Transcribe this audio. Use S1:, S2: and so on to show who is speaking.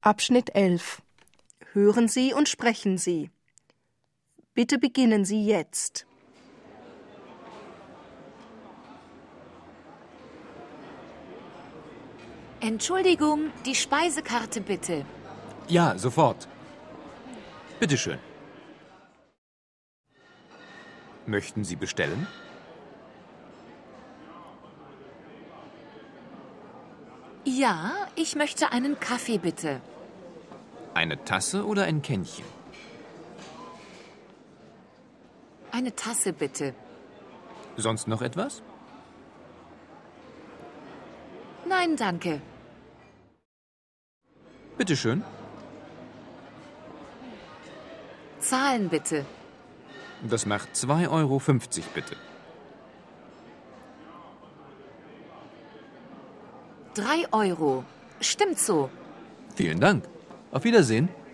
S1: Abschnitt 11. Hören Sie und sprechen Sie. Bitte beginnen Sie jetzt.
S2: Entschuldigung, die Speisekarte bitte.
S3: Ja, sofort. Bitteschön. Möchten Sie bestellen?
S2: Ja, ich möchte einen Kaffee bitte.
S3: Eine Tasse oder ein Kännchen?
S2: Eine Tasse bitte.
S3: Sonst noch etwas?
S2: Nein, danke.
S3: Bitteschön.
S2: Zahlen bitte.
S3: Das macht 2,50 Euro bitte.
S2: 3 Euro. Stimmt so.
S3: Vielen Dank. Auf Wiedersehen.